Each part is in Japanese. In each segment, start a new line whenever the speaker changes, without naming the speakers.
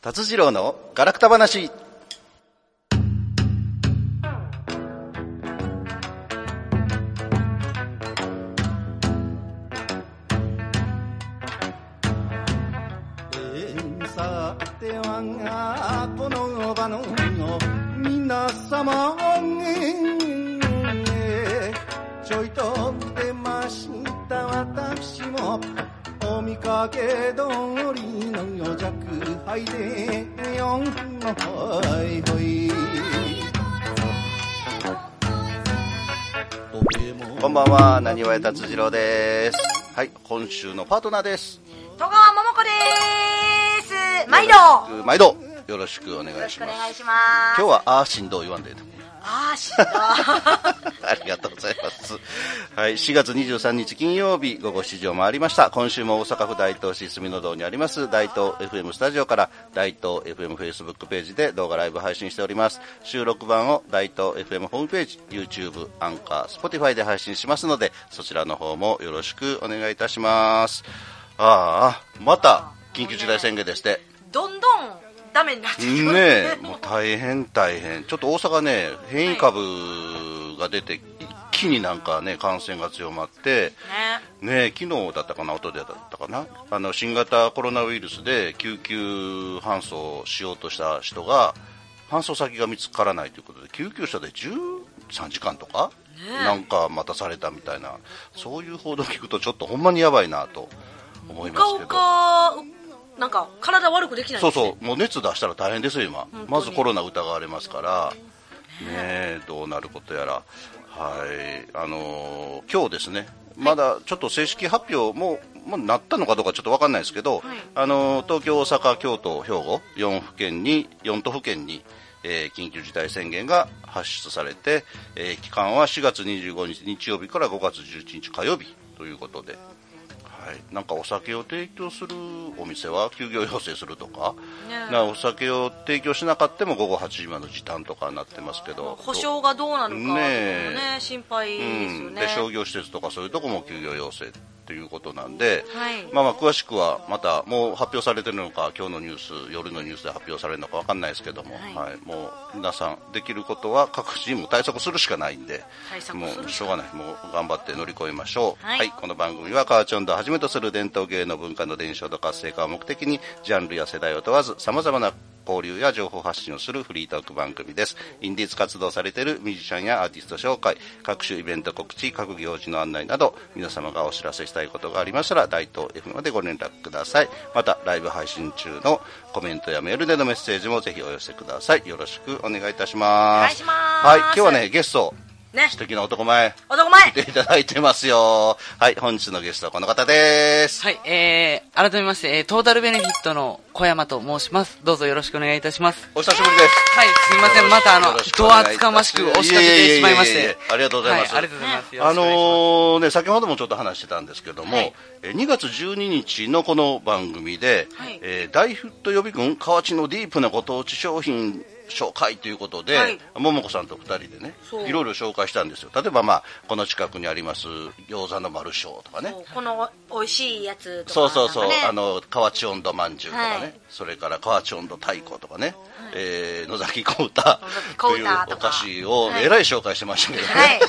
達次郎のガラクタ話
さてはこの場の皆様ちょいと出ました私もお見かけ通りの弱敗でよんほいほい
こんばんはなにわや達次郎ですはい今週のパートナーです
戸川桃子です毎度
よろしく毎度よろしくお願
よろ
い
し
し
くお
ます
願いします
今日はあーしんどう言わんで
ああしんど
ありがとうございますはい4月23日金曜日午後7時を回りました今週も大阪府大東市住の堂にあります大東 FM スタジオから大東 FM フェイスブックページで動画ライブ配信しております収録版を大東 FM ホームページ YouTube アンカー Spotify で配信しますのでそちらの方もよろしくお願いいたしますああまた緊急事態宣言ですって
どんどんダメになってきま
ね
す
え、もう大変大変。ちょっと大阪ね、変異株が出て、一気になんかね、感染が強まって、
ね
ねえ、昨日だったかな、一昨日だったかな、あの、新型コロナウイルスで救急搬送しようとした人が、搬送先が見つからないということで、救急車で13時間とか、なんか待たされたみたいな、そういう報道聞くと、ちょっとほんまにやばいなと思い
お
ます
かお
けど。
かうなんか体悪くできない
そう
う
そう、もう熱出したら大変ですよ、今、まずコロナ疑われますから、ねえ、どうなることやら、はい、あのー今日ですね、まだちょっと正式発表も、もうなったのかどうかちょっとわかんないですけど、
はい
あのー東京、大阪、京都、兵庫、4府県に、4都府県に、えー緊急事態宣言が発出されて、えー期間は4月25日日曜日から5月11日火曜日ということで、はい、なんかお酒を提供するお店は休業要請するとか、
ねえ
なお酒を提供しなかっても午後8時までの時短とかになってますけど、
保証がどうなるかとかも
ね
ね
え
心配
う
ですよ
ん
ね
で商業施設とかそういうとこも休業要請ということなんで、
はい
まあまあ詳しくはまたもう発表されてるのか今日のニュース夜のニュースで発表されるのかわかんないですけども、
はい
はいもう皆さんできることは各自も対策するしかないんで
対策する
もうしょうがないもう頑張って乗り越えましょう、
はい
この番組はカーチョンドをはじめとする伝統芸能文化の伝承と活性化を目的にジャンルや世代を問わずさまざまな交流や情報発信をするフリートーク番組ですインディーズ活動されているミュージシャンやアーティスト紹介各種イベント告知各行事の案内など皆様がお知らせしたいことがありましたら大東 F までご連絡くださいまたライブ配信中のコメントやメールでのメッセージもぜひお寄せくださいよろしくお願いいたします
お願いします
はい今日はねゲスト
ね
素敵な男前
男前
来ていただいてますよ。はい、本日のゲストはこの方です。
はい、えー、改めまして、えー、トータルベネフィットの小山と申します。どうぞよろしくお願いいたします。
お久しぶりです。
はい、すいません、またあの
よろし、くお
ド
願いい
ア
た
つかましく押しかけてしまいまし
いえいえいえい
て
え。ありがとうございます
はありがとうございます。よろ
あ
しくお願いします
のーね、先ほどもちょっと話してたんですけども、
はい
えー2月12日のこの番組で、
はい
えー大ヒット予備軍河内のディープなご当地商品紹介ということで、
はい
桃子さんと2人でね
そう
いろいろ紹介したんですよ例えば、まあ、この近くにあります餃子の丸章とかね
この美味しいやつとか
そうそうそう、
なんかね
あの河内温度まんじゅうとかね、
はい
それから河内温度太鼓とかね、えー野崎小唄と
野崎小
いう
唄
お
とか
菓子を
はい
えらい紹介してましたけどね、
はい。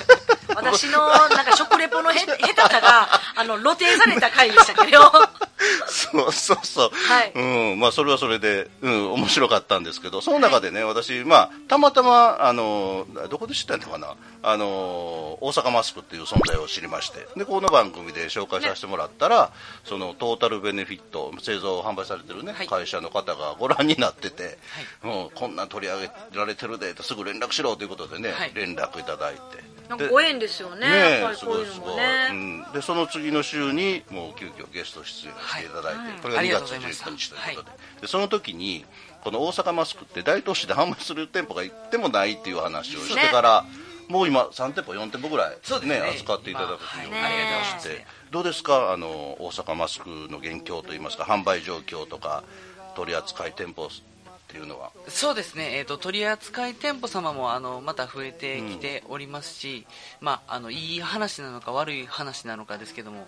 私の、なんか、食レポのへ、下手さが、あの、露呈された回でしたけど。
そうそうそう、
はい
うんまあ、それはそれで、うん、面白かったんですけどその中でね、私、まあ、たまたまあのどこで知ったのかなあの大阪マスクっていう存在を知りましてでこの番組で紹介させてもらったら、そのトータルベネフィット製造販売されてる、ね
はい
会社の方がご覧になってて、うん、こんなん取り上げられてるでとすぐ連絡しろということでね、
はい
連絡いただい
な
て。
んか
で
ご縁ですよね。
ねえ
やっぱりこういうのもね。
うん、でその次の週にもう急遽ゲスト出演していただいて、
はい
これが
あ
2
りがとう
月
ございました
19日ということで,、でその時にこの大阪マスクって大都市で販売する店舗が一店もないっていう話をしてから、もう今3店舗4店舗ぐらい、
そうですね
扱っていただくようにな
今はい
りまして、どうですかあの大阪マスクの現況といいますか販売状況とか取り扱い店舗っていうのは
そうですね、えー、と取り扱い店舗様もあのまた増えてきておりますし、まあ、あのいい話なのか悪い話なのかですけども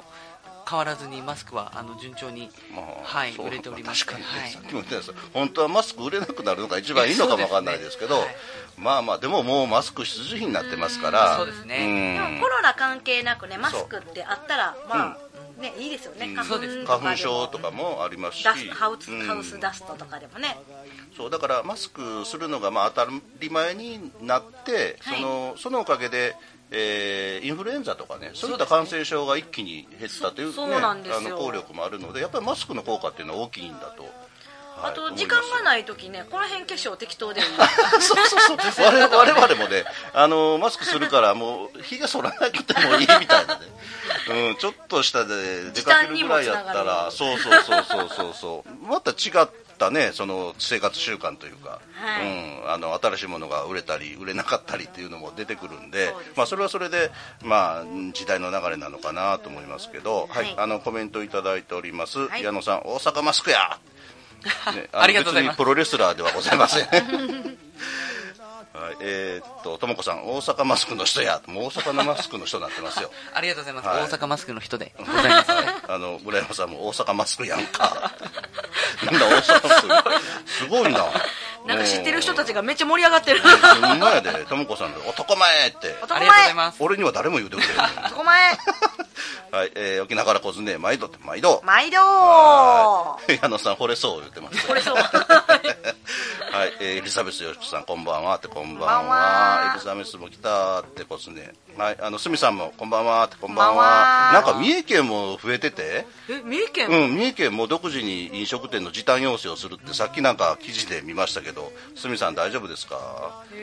変わらずにマスクはあの順調に、
まあ
はい、
そう
売れておりまして、
確かにね、
はい
さっきも言ったんですけど本当はマスク売れなくなるのが一番いいのかもわかんないですけど、
そうですね
まあまあでももうマスク必需品になってますから
そうですね
うん
でもコロナ関係なくねマスクってあったらまあねいいですよね
うん
花粉とかでも
花粉症とかもありますし
ダスハウス
うん
ハウスダストとかでもね
そうだからマスクするのがまあ当たり前になって、
はい
そのそのおかげで、えーインフルエンザとかねそういった感染症が一気に減ったという,、ね
そうそうなんですよ
あの効力もあるのでやっぱりマスクの効果っていうのは大きいんだと。
あと時間が
い
ない時ねこの辺化粧適当で いい
そうそうそう我々我々もねあのマスクするからもう日が剃らなくてもいいみたいなね、うん、ちょっとしたで出かけるぐらいやったら
時
そうそうそうそうそうそうまた違ったねその生活習慣というか、
は
う
い
ん、あの新しいものが売れたり売れなかったりっていうのも出てくるんで
そうですね
まあ、それはそれで、まあ、うん時代の流れなのかなと思いますけど、はい
はい
あのコメントいただいております、
はい
矢野さん大阪マスクや、ねの
ありがとうございます
別にプロレスラーではございませんはい、えーっと、ともこさん、大阪マスクの人や、もう大阪のマスクの人になってますよ。
ありがとうございます、
はい
大阪マスクの人で ございます、
はい、あの、村山さんも大阪マスクやんか。 なんだ、大阪マスク。すごいな。
なんか知ってる人たちがめっちゃ盛り上がってる
ほんまやで、ともこさんで、男前って。
あ
男
りがとうござ
前
います
俺には誰も言うてくれへん。
男前
はい、えー、沖縄からこずね、毎度って、毎度。
毎度
はい 矢野さん、惚れそう言ってます。
これそう
はい、えーエリザベスよしこさん、こんばんはって、こんばんは。
こんばんは
エリザベスも来たってことね。はい、あの、すみさんも、こんばんはって、こんばんは。
こんばんは
なんか、三重県も増えてて、
え三重県
うん、三重県も独自に飲食店の時短要請をするって、さっきなんか記事で見ましたけど、すみさん大丈夫ですか
へ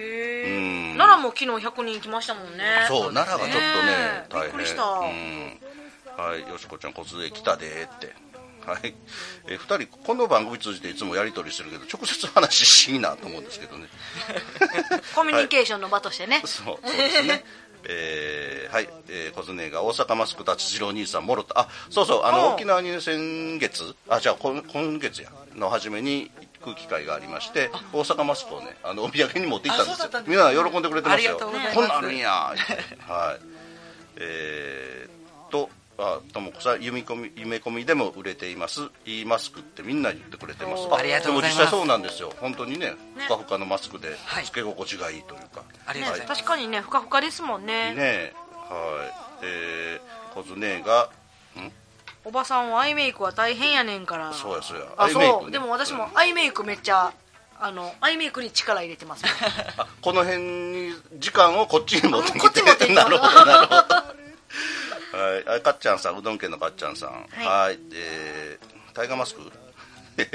う
え
ん
奈良も昨日100人来ましたもんね
そう、奈良がちょっとね
ねえ、
大変。
びっくりした
うん。はい、よしこちゃん、骨髄来たでーって。はい。えー、二人、この番組通じていつもやりとりしてるけど、直接話しいなと思うんですけどね。
コミュニケーションの場としてね
そう、そうですね。 えーはい、えー、小常が大阪マスク達次郎兄さんもろたあそうそうあ
おう
の沖縄に先月あじゃあ今今月やの初めに行く機会がありまして大阪マスクをねあのお土産に持って行ったんです
あ
よ
そうだったんです
みんな喜んでくれてました
ありが
よ
とうございます
こんなんあるんや言ってはいえー、っとあともこさん夢込み夢込みでも売れていますいいマスクってみんな言ってくれてます
おー
ありがとうございます
でも実際そうなんですよ本当にねふかふかのマスクで
はい
つけ心地がいいというか、
あり
ね
がとうございま す、
確かにねふかふかですもんね
ねはいえー、小ズネが
おばさんはアイメイクは大変やねんから
そうやそうや
あ
アイメイクね
そうでも私もアイメイクめっちゃあのアイメイクに力入れ てますもん
あこの辺に時間をこっちに持ってきて
こっち持ってきて
なるほどなるほどはいあかっちゃんさんうどん県のかっちゃんさんはい
い
えー、タイガーマスク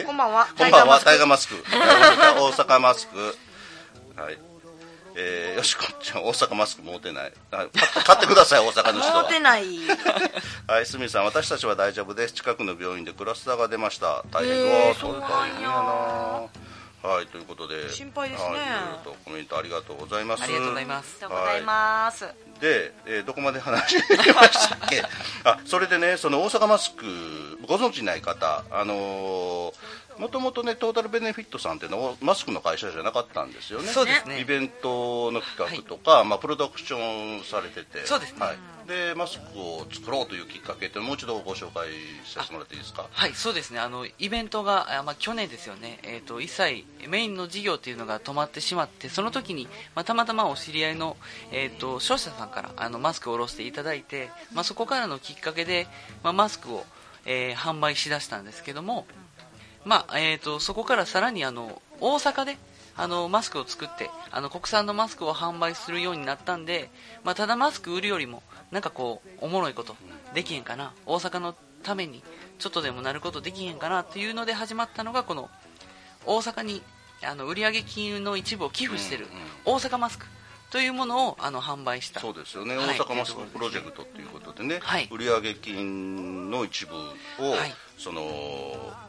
こんばんは
こんばんはタ
タ
イ
イ
ガー
ガー
マスク大阪大阪マスクはいえー、よしこっちゃん大阪マスク持ってないあ買買ってください大阪の人
持
は
ってない
はい、すみさん、私たちは大丈夫です。近くの病院でクラスターが出ました。大変
へー
わ
そうなんや
大変やな。はい、ということで。
心配ですね
はい、いろいろとコメントありがとうございます。
ありがとうございます
ありがとうございます、
す。で、えーどこまで話してましたっ け。あ、それでね、その大阪マスク、ご存知ない方、あのーもともとね、トータルベネフィットさんっていうのはマスクの会社じゃなかったんですよね。
そうですね
イベントの企画とか、まあ、プロダクションされてて、
そうですね
はい、でマスクを作ろうというきっかけってもう一度ご紹介させてもらっていいですか。
はい、そうですね。あのイベントがあまあ去年ですよね。えっ、と一切メインの事業っていうのが止まってしまって、その時にまあたまたまお知り合いのえっ、と商社さんからあのマスクを下ろしていただいて、まあそこからのきっかけでまあマスクを、えー販売しだしたんですけども、まあえー、とそこからさらにあの大阪であのマスクを作ってあの国産のマスクを販売するようになったんで、まあ、ただマスク売るよりもなんかこうおもろいことできへんかな大阪のためにちょっとでもなることできへんかなっていうので始まったのがこの大阪にあの売上金の一部を寄付してる大阪マスクというものをあの販売した
そうですよね、
はい
大阪マスクプロジェクトっていうことでね、
はい
売上金の一部を、
はい
その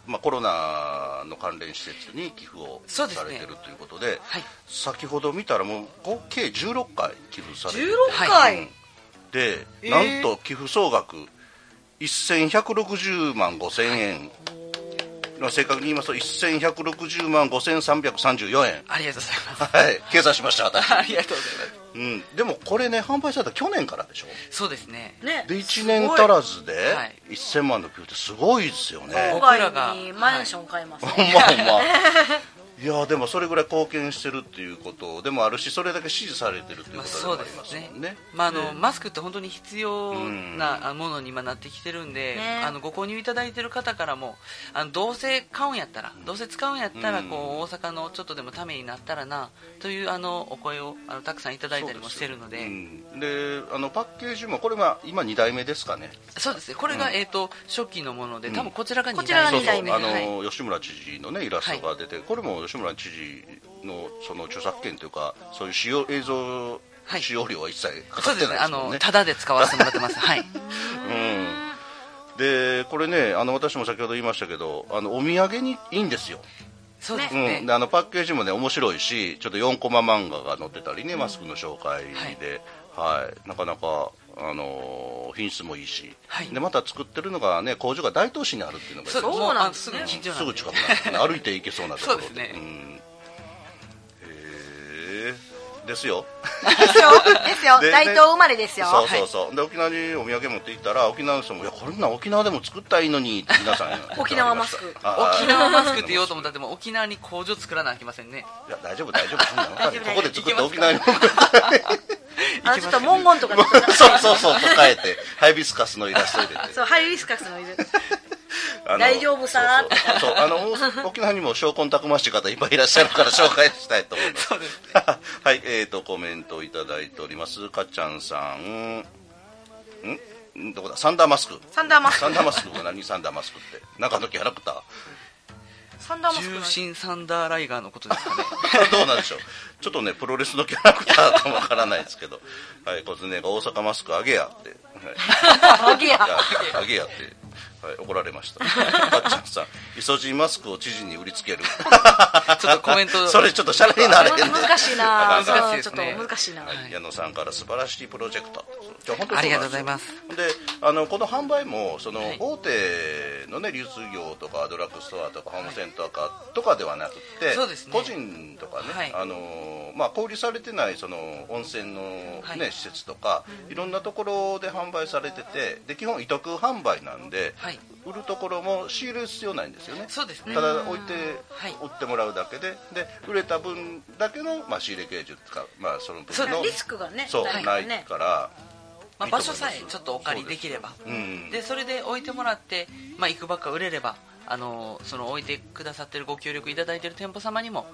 まあ、コロナの関連施設に寄付をさ
そうですね
れてるということで
はい
先ほど見たらもう合計16回寄付されてる
16回、
はい
で、
えー
なんと寄付総額1160万5000円、まあ正確に言いますと1160万5334円
ありがとうございます
はい計算しました私
ありがとうございます
うん、でもこれね販売された去年からでしょ
そうですね
ね
で1年足らずで
はい
1000万の給ってすごいですよね、
郊
僕らが
外にマンション買います、ね
まあまあいやでもそれぐらい貢献してるっていうことでもあるしそれだけ支持されてるっていう
まあ、
ことで
そ
も
う
あ
で
りますすも
ね
んね
まああの
ええ
マスクって本当に必要
うん
なあものに今なってきてるんで、
ね
あのご購入いただいてる方からもあのどうせ買うんやったらどうせ使うんやったら
うん
こう大阪のちょっとでもためになったらなというあのお声をあのたくさんいただいたりもしてるの
う
で
んであのパッケージもこれは今2代目ですかね
そうですねこれが、えー、と初期のもので多分こちらが2
こちらが
代
そう
二
目
そう
代目
あの、
は
吉村知事のねイラストが出て、これも吉村知事のその著作権というかそういう使用映像
はい
使用料は一切か
そ
か
う
って
です
な
ね
いで
あ
すもん
の
ね
タダで使わせてもらってますはい
でこれねあの私も先ほど言いましたけどあのお土産にいいんですよ、
そうですね
うん、であのパッケージもね面白いしちょっと4コマ漫画が載ってたりね、マスクの紹介で、はいなかなか、あのー品質もいいし、
はい
でまた作ってるのがね工場が大東市にあるっていうのが
そう
そう
もうあの
なんですね
ぐ近所な
す
ん
ぐ
で
近くなんで、歩いて行けそうなところ
そうですね
んへえですよ
ですよですよ
で
大東生まれですよ
そうそうそう、で沖縄にお土産持って行ったら沖縄の人も「いやこれな沖縄でも作ったらいいのに」って皆さん
沖縄マスク
沖
沖縄マスクって言おうと思ったらでも沖縄に工場作らなあきませんね
いや大丈夫大丈 夫そんなの
大丈夫
ここで作った
大丈夫
沖縄に送って
あのちょっと文言とかね
そうそうそうそう変えてハイビスカスのイラスト入れて
そうハイウィスカスのいる
あの
大丈夫さー
そうそうそうあ の沖縄にも証拠たくましい方いっぱいいらっしゃるから紹介したいと 思います
そうです
はいえーとコメントをいただいておりますかっちゃんさんんんどこだサンダーマスク
サンダーマスク
サンダーマスクは何サンダーマスクって中のキャラクター
サンダーマスク
重
の
心サンダーライガーのことですか ね
どうなんでしょうちょっとねプロレスのキャラクターかもわからないですけどはい小常が大阪マスクあげやって、はい、あげやあげやって、はい、怒られましたばっちゃんさん磯人マスクを知事に売りつける
ちょっとコメン ト
それちょっとシャレになれへんで
難しいな
なかなか
そ
難しいうで
ちょ
す
っ
ね
と難しいな、
はい、矢野さんから素晴らしいプロジェクトじゃ本当にそうなんですよ
ありがとうございます
であのこの販売もその
はい
大手の、ね、流通業とかドラッグストアとかホームセンターかとかではなくて、
そうですね
個人とかね、
はい
あのまあ、小売りされてないその温泉の、ね
はい
施設とかいろんなところで販売されててで基本委託販売なんで、
はい
売るところも仕入れる必要ないんですよね。
そうですね
ただ置いて
はい
売ってもらうだけでで売れた分だけの、まあ、仕入れ形術か、まあ、その
そ
分
う
の
リスクがね
そう、
ないか
な
ら
い
ね
から、
まあ、場所さえちょっとお借り
そう
ですきれば
うん
でそれで置いてもらって、まあ、行くばっか売れればあのその置いてくださってるご協力いただいてる店舗様にも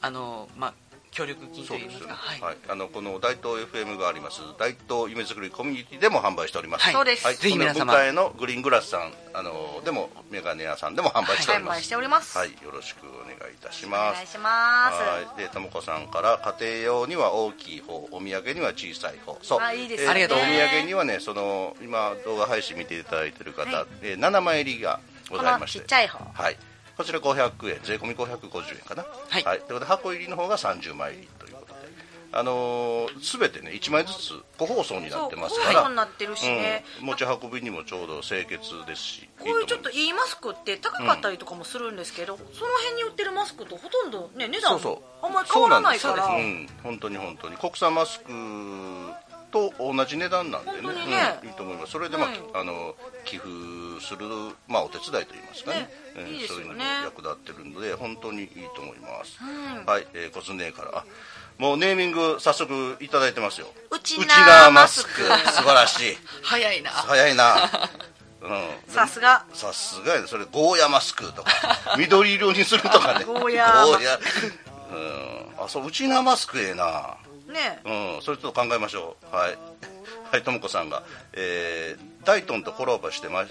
あの、まあ、協力金と
そう
い
で
いますす
よ
か
ね、は
はいい、
あのこの大東 FM があります大東夢作りコミュニティでも販売しております、
はいそうです
はい、
ぜひ皆様
その向かいのグリーングラスさんあのでもメガネ屋さんでも販売しており
販
ま
売し
す
ております
はい、よろしくお願いいたし
お
ます
願いします
はいでともこさんから家庭用には大きい方お土産には小さい方そう
あいいです
えー
ね
ありがとう
お土産にはねその今動画配信見ていただいてる方、えー7枚入りがございまして
このちっちゃい方
はいこちら500円税込み550円かな
はい
ということで箱入りの方が30枚入りということであのー、全てね1枚ずつ個包装にな
そ
っ
う
て
こ
ます
う
か
いう
ら
のになってるしね、
うん、持ち運びにもちょうど清潔ですし
こういうちょっと
いい
いいマスクって高かったりとかもするんですけど、その辺に売ってるマスクとほとんどね値
と思
段
うそうそう
あんまり変わらないから
そうなんですうん、本当に本当に国産マスクと同じ値段なんでね
本当にね
うんいいと思いますそれで、まあ
はい
あの寄付する、まあ、お手伝いといいますかね
ね
うん
いいですよ
そう
ね
いうのも役立ってるので本当にいいと思います、はい、えー、コスネからあもうネーミング早速いただいてますよ
うちなー
ーマスク素
マスク
晴らしい
早いな
早いなうん
さすが
さすがやねそれゴーヤマスクと か緑色にするとかね
ゴーヤ
ゴーヤうんあそううちなマスクええな
ね
うんそれちょっと考えましょうはい はいともこさんが、えー、ダイトンとコラボしてまあ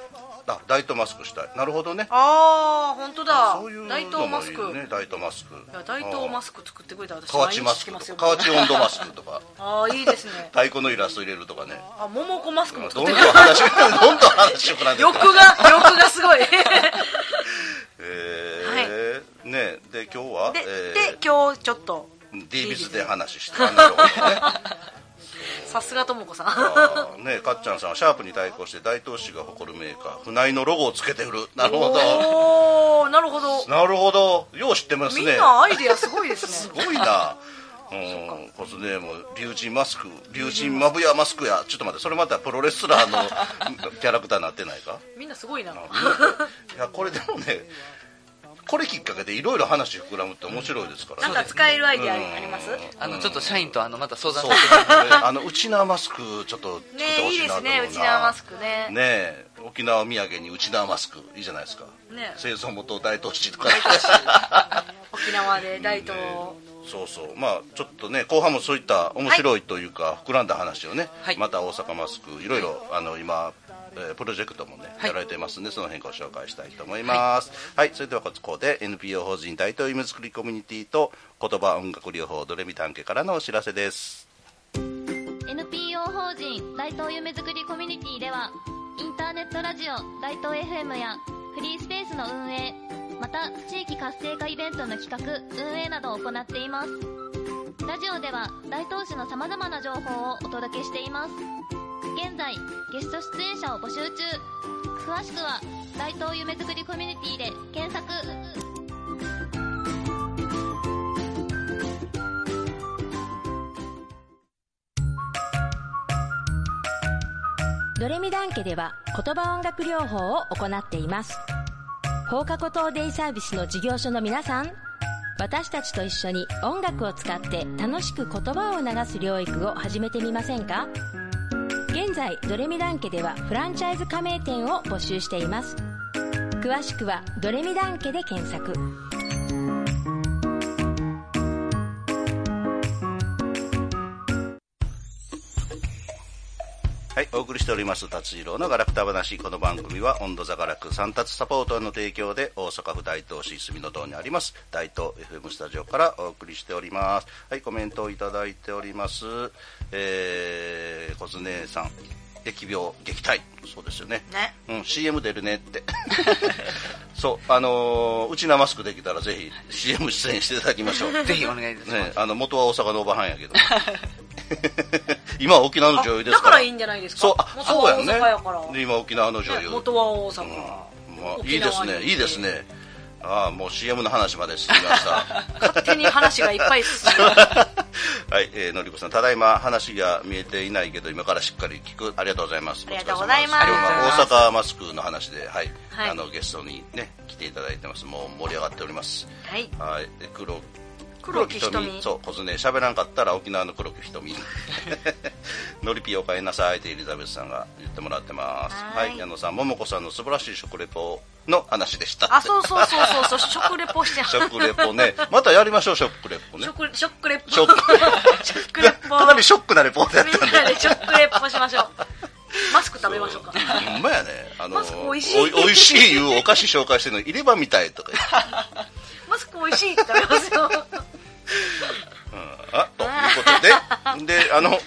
ダイトマスクしたいなるほどね
ああ本当だ
そういうのもい
大
い
東マスク
ねダイトマスク
いや大東マ
ス
スク作ってくれたら私
河内マス
つけ
ク
ます
と
よ
か河内温度マスクとか
ああいいです ね
太鼓のイラスト入れるとか ね
あ桃子マスク
ど
も
ん
作
ど
っ
ん
てくれた
話 がどんどん話を膨らんでく
欲が 欲が すごい
えーねで今日は
で,、
えー
で今日ちょっと
D ビズで話してたなるほどね
さすがともこさん
あーねかっちゃんさんはシャープに対抗して大東市が誇るメーカー船井のロゴをつけて売るなるほど
おおなるほど
なるほどよう知ってますね
みんなアイデアすごいです
す
ね
ごいなうんこれねもう竜神マスク竜神マブヤマスクやちょっと待ってそれまたプロレスラーの キャラクターになってないか
みんなすごいな。
いやこれでもねこれきっかけでいろいろ話膨らむって面白いですから
なん
ね
か使えるアイデアあります
あのちょっと社員とあのまた相談
そ
し
う
て
ですねあのウチナーマスクちょっと作って
ね
ほ
いい
しい
で
なと
す
思うな
ねうちのマスクね
ねえ沖縄土産にウチナーマスクいいじゃないですか
ね
清掃元大都市とか
沖縄で大東。
そうそうまあちょっとね後半もそういった面白いというか、膨らんだ話をね、
はい
また大阪マスクいろいろ、あの今、えープロジェクトもね、
はい
やられてますんでその辺ご紹介したいと思いますはい、それではここで NPO 法人大東夢作りコミュニティと言葉音楽療法ドレミタンケからのお知らせです
NPO 法人大東夢づくりコミュニティではインターネットラジオ大東 FM やフリースペースの運営また地域活性化イベントの企画運営などを行っていますラジオでは大東市の様々な情報をお届けしています現在ゲスト出演者を募集中詳しくは大東夢づくりコミュニティで検索
ドレミダン家では言葉音楽療法を行っています放課後等デイサービスの事業所の皆さん私たちと一緒に音楽を使って楽しく言葉を流す療育を始めてみませんか現在ドレミダン家ではフランチャイズ加盟店を募集しています詳しくは「ドレミダン家」で検索
はい、お送りしております、達次郎のガラクタ話。この番組は、温度座ガラク三達サポートの提供で、大阪府大東市住の堂にあります、大東 FM スタジオからお送りしております。はい、コメントをいただいております。えー、小津姉さん、疫病撃退。そうですよね。
ね
うん、CM 出るねって。 そう、あのーうちなマスクできたら、ぜひ CM 出演していただきましょう。
ぜひお願いいたします、
ね、あの、元は大阪のおばはんやけど。今は沖縄の女優です
だ
か。
かららいいんじゃないですか。
そう、あ、
元
そう
は
やんね
大阪やから。。
で今沖縄の女優。
ね元は大阪。
まあ、いい
沖
で
縄
す
に行
ね、
って
いいですね。ああ、もう CM の話までしてきま した。
勝手に話がいっぱい進 む。
はい、えーのりこさん、ただいま話が見えていないけど、今からしっかり聞く。ありがとうございます。
ありがとうございます
お疲れ様です今大阪マスクの話で、はい、
はい
あの、ゲストにね、来ていただいてます。もう盛り上がっております。
はい
はい、で黒
黒木瞳
そう、小津ね、喋らんかったら沖縄の黒木 瞳。ノリピーお帰りなさいってエリザベスさんが言ってもらってます。は
はい
い、矢野さん、桃子さんの素晴らしい食レポの話でした。
あ、そうそうそうそうそう、食レポしてはる
食レポね。 またやりましょう、食レポね。
食レ食レポ。
ショック
食レポ。
かなりショックなレポートやっ
み
たん
ん
で。
なで食レポしましょう。マスク食べましょうか。
ほんまやね。あの
マスク美味しい
お美味しいいうお菓子紹介してるの入れ歯みたいとか言って
マスク美味しいって食べますよ。
あという ことでであの、
はい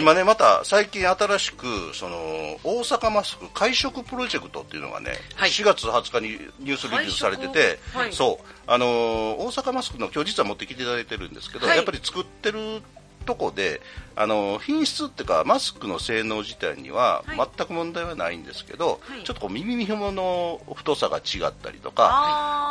今ねまた最近新しくその大阪マスク会食プロジェクトっていうのがね、
はい
4月20日にニュースリリースされてて
会、食はい
そうあのー大阪マスクの今日実は持ってきていただいてるんですけど、
はい
やっぱり作ってるとこであのー品質っていうかマスクの性能自体には
はい
全く問題はないんですけど、
はい
ちょっとこう耳紐の太さが違ったりとか、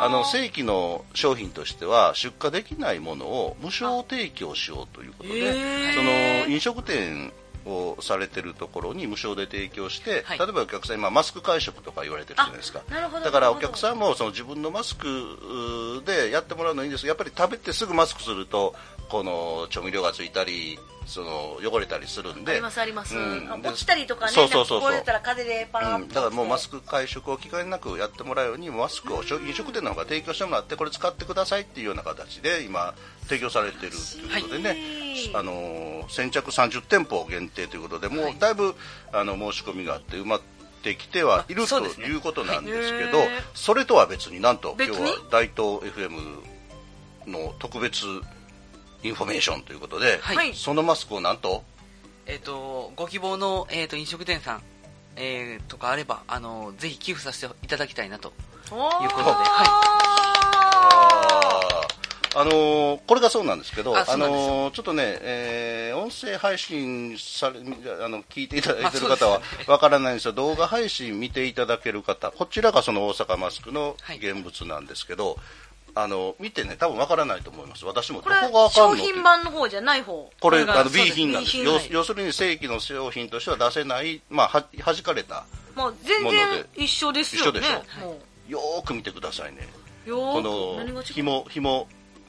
あー
あの正規の商品としては出荷できないものを無償提供しようということ
あへ
で、
ー
その飲食店をされてるところに無償で提供して、
はい
例えばお客さん、今マスク会食とか言われてるじゃないですか
あなるほど
だから
なる
お
ほど
客さんもその自分のマスクうーでやってもらうのいいんですがやっぱり食べてすぐマスクするとこの調味料がついたりその汚れたりするんで
ありますあります。
うん
あ落ちたりとかね、
そうそうそうそう
なんかこぼれたら風でパー
う
ン
ん、だからもうマスク会食を機会なくやってもらうようにマスクをしょ飲食店の方が提供してもらってこれ使ってくださいっていうような形で今提供されてるということでね、
はい
あのー先着30店舗限定ということでもうだいぶ、あの申し込みがあって埋まってきてはいる
あ
と
そうですね
いうことなんですけど、
はいへー
それとは別になんと今
別
日
に
は大東 FM の特別インフォメーションということで、
はい
はい
そのマスクをなんと
えっ、とご希望の、えー、と飲食店さん、えーとかあればあのぜひ寄付させていただきたいなということで、は
あのーこれがそうなんですけど、あ
あそうなんですよ
のーちょっとね、えー音声配信されあの聞いていただいてる方はわからないんですが、動画配信見ていただける方、こちらがその大阪マスクの
はい
現物なんですけど、あの見てね多分わからないと思います私もど
こ
こ
れ
がわかんの
商
って
品版の方じゃない方
これ
これが
あの
そうで
B
す
品なんです
B
要
品
す要するに正規の商品としては出せない、まあ、は弾かれた
まあ全
もの
然
で
一緒ですよ
一
ね
緒で
も
よーく見てくださいね
うよ
こ
ーく何が
の
違う
紐紐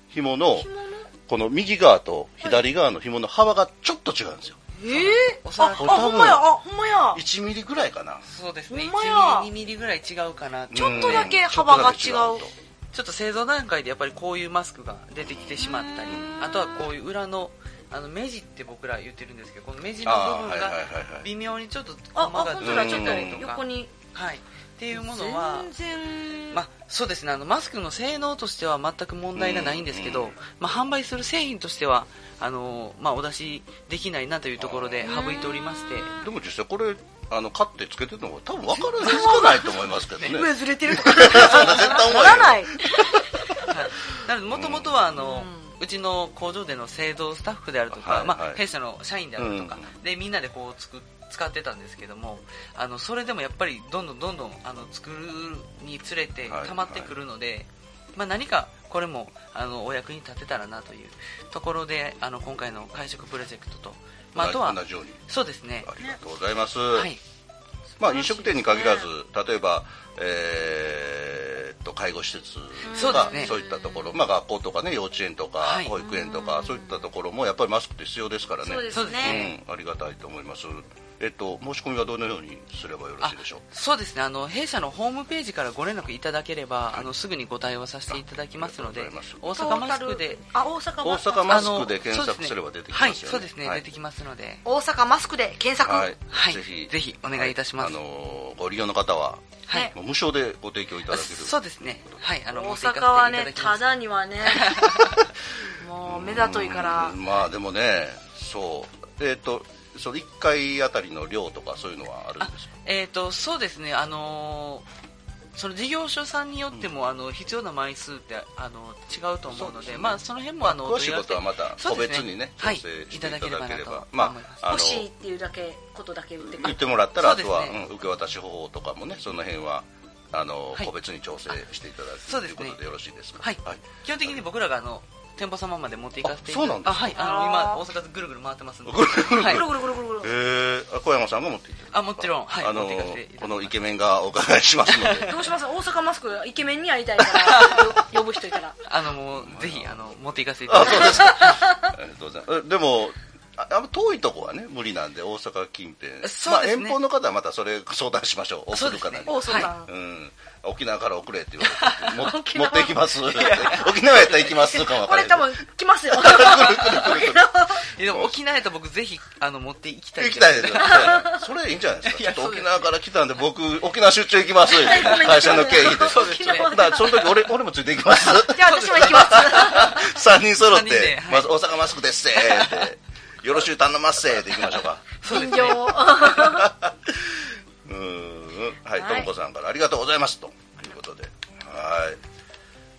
紐の
紐の
この右側と左側の紐の幅がちょっと違うんですよ
ええ
おそ
あ
らく
あほんまやあほんまや
1ミリぐらいかな
そうですね
ほんまや
1ミリ2ミリぐらい違うかなち
ち
ょ
ょっとだけ幅が違う
ちょっとだけ違うと
ちょっと製造段階でやっぱりこういうマスクが出てきてしまったりあとはこういう裏のあの目地って僕ら言ってるんですけどこの目地の部
あーは
分
い
が
はいはいはい
微妙にちょっと
ああ
コマが
本
出
当だち
て
ょっ
き
と
たりとか
横に
はいっていうものは
全然
まあ、そうですねあのマスクの性能としては全く問題がないんですけど、まあ、販売する製品としてはあの、まあ、お出しできないなというところで省いておりまして
でも実際これあの買ってつけてるのが多分分からない少ないと思いますけどね
上ずれてると
絶対思
な
わない
らない
なのでもともとはあの、うちの工場での製造スタッフであるとか、
はい
ま
は
あ
い、
弊社の社員であるとか、
う
でみんなでこうつく使ってたんですけどもあのそれでもやっぱりどんどんどんどんあの作るにつれて
はい
溜まってくるので、まあ、何かこれもあのお役に立てたらなというところであの今回の会食プロジェクトと、まあ、あとは
同じように
そうですね
ありがとうございます、
はい
まあ、飲食店に限らず、例えば、えーっと介護施設と
そうで
か
すね
そういったところ、まあ、学校とか、ね、幼稚園とか
はい
保育園とか、そういったところもやっぱりマスクって必要ですからね
そうで
そう
す
です
ね
ね
うん、ありがたいと思います、えっと、申し込みはどのようにすればよろしいでしょう
そうですねあの弊社のホームページからご連絡いただければ、あのすぐにご対応させていただきますの
あ
で
りがとうご
大阪マスクで
あ大阪
大
マスク
阪マス
あの
クで検索すれば出てきますよね
そうですねは
はい
い、そうですね出てきますので、
大阪マスクで検索
はい
はい
ぜひ
ぜひお願いいたします
はあのーご利用の方は、
はい
もう無償でご提供いただける
そうですね、はい、あの
大阪は
持っ
ねた
て行かせていただきます
だにはねもう目立といから
うんまあでもねそうえっ、とその1回あたりの量とかそういうのはあるんですか
えっ、とそうですねあのーその事業所さんによっても、あの必要な枚数ってあの違うと思うのでまあその辺もあの
詳しいことはまた
そ
個
うです
別にね
はい、
調整して
い
い
た
ただ
だけ
け
れ
れば
ばなと思い
ま
ます、
ああの
欲しいっていうだけことだけ言ってく
言
る
ってもらったら、あ
そうで
と
すね
は、うん受け渡し方とかもねその辺はあの、
はい
個別に調整していただく
そうですね
ということでよろしいですか
はい基本的に僕らがあの店舗様まで持っていかせてい
あそうなんですか
あはいあの今大阪ぐるぐる回ってますんで
ぐるぐる
はい
ぐるぐるぐるぐるぐる
えー、あ小山さんが持っていってる
あもちろんはい
あの
持っていかせていただきます
このイケメンがお伺いしますので
どうします大阪マスクイケメンに会いたいからよ呼ぶ人いたら
あのもうぜひあの持っていかせていただ
あ
き
そう
ま
ですかありがとうございますえでもああんま遠いとこはね無理なんで大阪近辺
そうですね
まあ、遠方の方はまたそれ相談しましょう
そ
送る
うです
か
ね
なり
大阪、
は
うん、沖縄から送れって言われても
沖
持
縄
っていきます沖縄やったら行きますかもわ
こ
から
れ
ん
多分来ますよ
すいやでも沖縄へと僕ぜひあの持っていきたい
行きたいですよねそれいいんじゃないですかちょっと沖縄から来たんで僕沖縄出張行きます言うて会社の経費で
そうですね
だからその時俺俺もついていきます
じゃあ私も行きます
3人揃って
三人ではい
まず大阪マスクですせーってよろしゅう頼ますせーって行きましょうか
そうです
緊
ね
張を
うーんはい、ともこさんからありがとうございますということで、はい。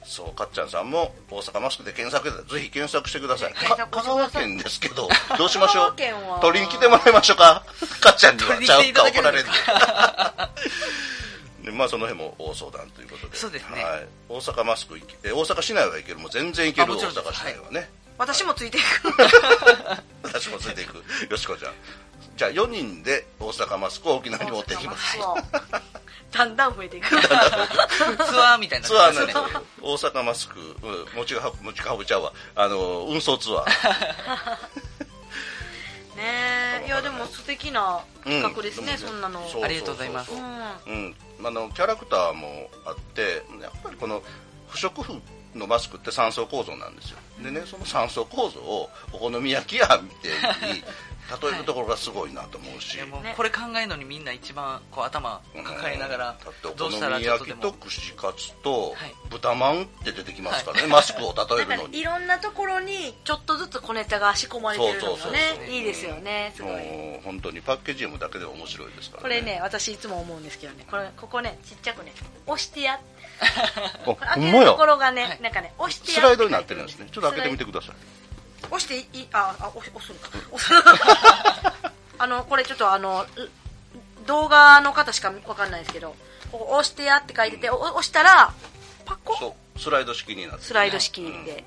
そう、かっちゃんさんも大阪マスクで検索で、ぜひ検索してください。
検
か
索
香
してくだ
川
さい
県ですけ ど、どうしましょう
香川県は。
取りに来てもらいましょうか。かっちゃんには
取りに
ちゃ
来
う
てい
か
ただけ
怒
る
ら
ん
れ
で
る
す。
で まあその辺も大相談ということで、
そうですね
はい、大阪マスク行け、え大阪市内は行ける、もう全然行け
あ
る
も
大
ちろんです
阪市内はね。
私もついていく
私もついていく。よしこちゃん。じゃあ4人で大阪マスクを沖縄に持っていきます。
大阪マスクをだんだん増えていく
ツアーみたいな
ツアー
そ
な
うん
です
で
す
ね
よ大阪マスク、うん、持ちかぶ持ちかぶちゃうわあの運送ツア ー
ねえいやでも素敵な企画ですね、
うん
そんなの
そう
ありがとうございます
そうそ
ん
うんあのキャラクターもあってやっぱりこの不織布のマスクって3層構造なんですよでねその3層構造をお好み焼き屋みた いに例えるところがすごいなと思うし、
いやもう
ね
これ考えるのにみんな一番こう頭抱えながら
うん
ど
お
うした
好
ら
み
ちょっ
焼
と
き
で
と
も
串カツと
はい
豚まんって出てきますからね、マスクを例
な
え
んか
る
ね
の、に
いろんなところにちょっとずつ小ネタが仕込まれてるの
そ
も
うそうそう
ね
そう
いいですよねすごい
もう本当にパッケージもだけでも面白いですから
これね私いつも思うんですけどねこれここねちっちゃくね押してや
あ
これ開
ほん
け
ま
る
や
ところがね、
はい
なんかね押してや
スライドになってるんですね。ちょっと開けてみて
ス
ください。
ライド押していいああ押押すのか 押すあのこれちょっとあのう動画の方しかわかんないですけどここ押してやって書いててお押したらパコ
そうスライド式になってるね
スライド式で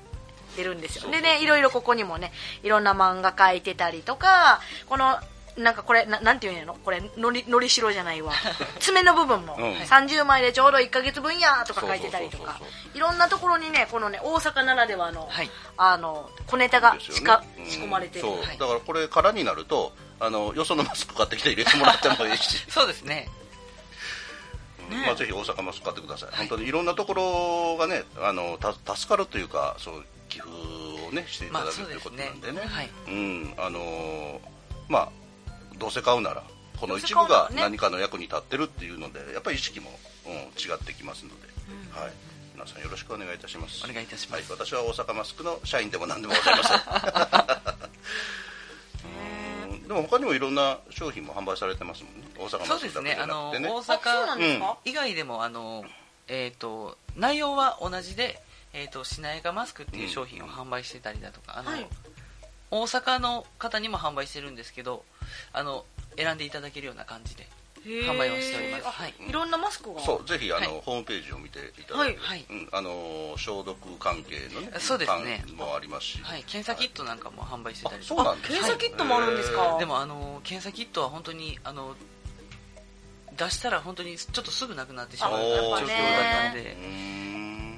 出るんですよ、でねいろいろここにもねいろんな漫画描いてたりとかこのなんかこれななんていうんやろこれのりのりしろじ ゃないわ爪の部分も、
うん
30枚でちょうど1か月分やとか書いてたりとか
そうそうそう
いろんなところにねこのね大阪ならではの,、
はい、
あの小ネタが
ですよ
し
ね
か、
うん
仕込まれてる、
そう
はい
だからこれ空になるとあのよそのマスク買ってきて入れてもらってもいいし
そうですね
うんまあ、ぜひ大阪マスク買ってください、本当にいろんなところがねあのた助かるというかそう寄付をねしていただ
まあ
く
そ
と
う
い
で
う
す
こ
ね
となんでね、
はい
うんあのーまあどうせ買うならこの一部
どうせ買
が
うならね
何かの役に立ってるっていうのでやっぱり意識も、うん、違ってきますので、はい皆さんよろしくお願いいたします
お願いいたします
はい、私は大阪マスクの社員でも何でもござい ませんうんでも他にもいろんな商品も販売されてますもんね大阪
そ
マ
う
ス
で
ク
す
だけじ
ねあ
ゃな
の
く
大
てね
そうなん
で
阪
ですか、
以外でもあの、えー、と内容は同じで、えー、としなやかマスクっていう商品を販売してたりだとか、あの
はい
大阪の方にも販売してるんですけどあの選んでいただけるような感じで
へー
販売をしております
あ
はい
いろんなマスクが
そうぜひあの、
はい
ホームページを見ていただいて、
はいはい
うん、あの消毒関係のね
そうですね
缶もありますし、
はい、検査キットなんかも販売して
あ
たりと
そう
か
なんですね
検査キットもあるんですか
へー
でもあの検査キットは本当にあの出したら本当にちょっとすぐなくなってしまう
あ
状
やっぱ
況
ね
だった
う
ので、
ーん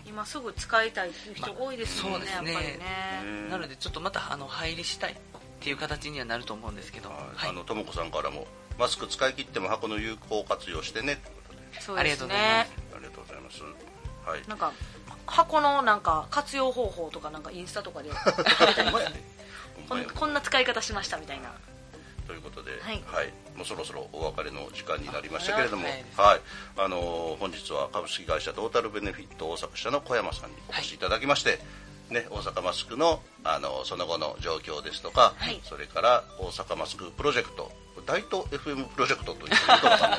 今すぐ使いたいっていう人多いですもんね,、
まあそうで
や
すね
っぱりね
うん
なのでちょっとまたあの入りしたいっていう形にはなると思うんですけど、
はい
はい
あのともこさんからもマスク使い切っても箱の有効活用してねということで
そう
あり
で
がと
す
うございま
ね
す
ありがとうございますはい
なんか箱のなんか活用方法とかなんかインスタ とかで書いてありますね
ほ
こ
んま
ん
や
こんな使い方しましたみたいな
ということで、は
はいい
もうそろそろお別れの時間になりましたけれども、
あ
は
早
い
いです
あのー本日は株式会社トータルベネフィット大阪支社の小山さんにお越しいただきまして、ね、大阪マスクの、あのーその後の状況ですとか、
はい
それから大阪マスクプロジェクト大東 FM プロジェクトということが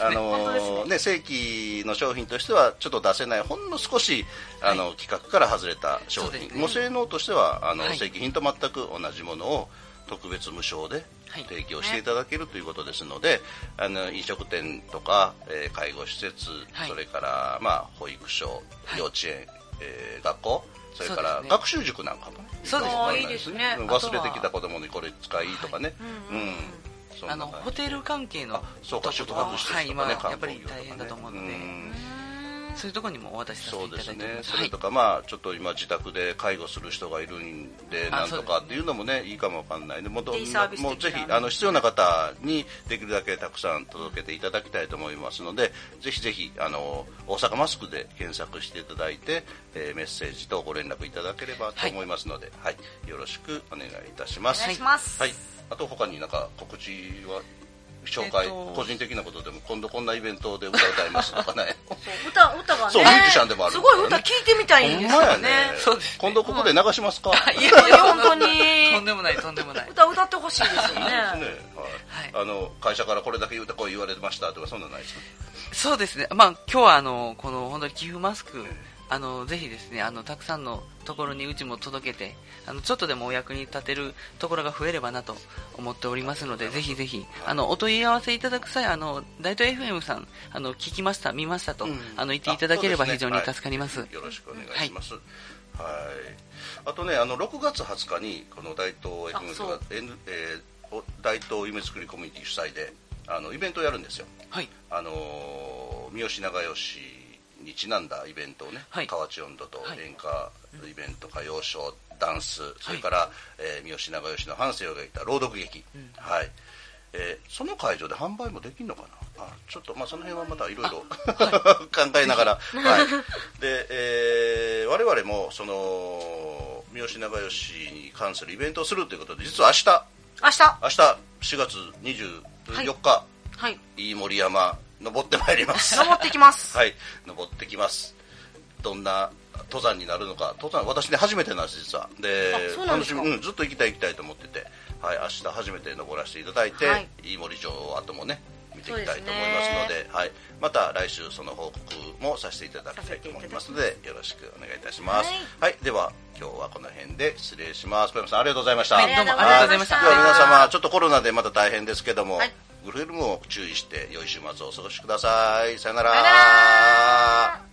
あのーね、正規の商品としてはちょっと出せないほんの少しあの、企画から外れた商
そうで
品、
すね
もう性能としてはあの、
はい
正規品と全く同じものを特別無償で
はい
提供していただけるということですので、あの飲食店とか、えー介護施設、
はい
それから、まあ、保育所、
はい
幼稚園、えー学校それか
そ
ら、
うですね
学習塾なんかもね
そうで
わかん
すね
な
あーいいですね
忘れてきた子供にこれ使いとかね、うんそんな
あの
感じ
ホテル関係の
あそうか
とこ
宿
ろ
泊施
は
設
い
と
今
かね、
やっぱり大変だと思うので、
ん
そういうところにもお渡しさせ
そ
ていうた
で
だ
す
いており
ね
ま、す
それとか、まあ、ちょっと今、自宅で介護する人がいるんで、
あ
なんとかっていうのもね、いいかもわかんないんで、もうど
デイサービス的な
もうぜひ、あの必要な方にできるだけたくさん届けていただきたいと思いますので、ぜひぜひ、あの大阪マスクで検索していただいて、えーメッセージとご連絡いただければと思いますので、はいよろしくお願いいたします。
お願いします
はい、あと他になんか告知は紹介、
えっと
個人的なことでも今度こんなイベントで歌歌いますとかね。
そう歌歌がね
そうミュージシャンでもある
すごい歌聞いてみたいんです
ほんま
よ
や
ね
ね
そうですね
今度ここで流しますか、
いやいや
本当に
とんでもないとんでもない
歌歌ってほしいですよね
そうですねはいあの会社からこれだけ言うてこう言われましたとかそんなんないですか
そうですね、まあ、今日はあのこの本当に寄付マスク、あのぜひですねあのたくさんのところにうちも届けてあのちょっとでもお役に立てるところが増えればなと思っておりますのでぜひぜひあのお問い合わせいただく際あの大東 FM さんあの聞きました見ましたと、あの言っていただければ
あそうで
非
すね
常に助かります。
はいよろしくお願いします、はいあとねあの6月20日にこの大東 FM
そ
が
う、
N えーお大東夢作りコミュニティ主催であのイベントをやるんですよ
はい
あのー三好長吉にちなんだイベントをね、
はい
河内温度と
はい
演歌イベント歌謡ショーダンスそれから、えー三好長吉の半生を描いた朗読劇、はいえーその会場で販売もできるのかなあちょっと、まあ、その辺はまたいろいろ 考えなが ら、はい、で、えー我々もその三好長吉に関するイベントをするということで実は明日
明日
明日4月24日、
はい
いい森山登ってまいり ます
登ってきます
はい登ってきますどんな登山になるのか登山私ね初めてなんです実はで
あそうなんですか
楽しみうん、ずっと行きたい行きたいと思ってて、はい、明日初めて登らせていただいて、
はいい、
い森城跡もね見ていき
そ
た
う
い
です
と
ね
思いますのではい、また来週その報告もさせていただきたいと思いますのでよろしくお願いいたします、はいでは今日はこの辺で失礼します小山さんありがとうございました、
はいどうもありがとうございました
では皆様ちょっとコロナでまた大変ですけども、
はい
グルームを注意して良い週末をお過ごしくださいさよなら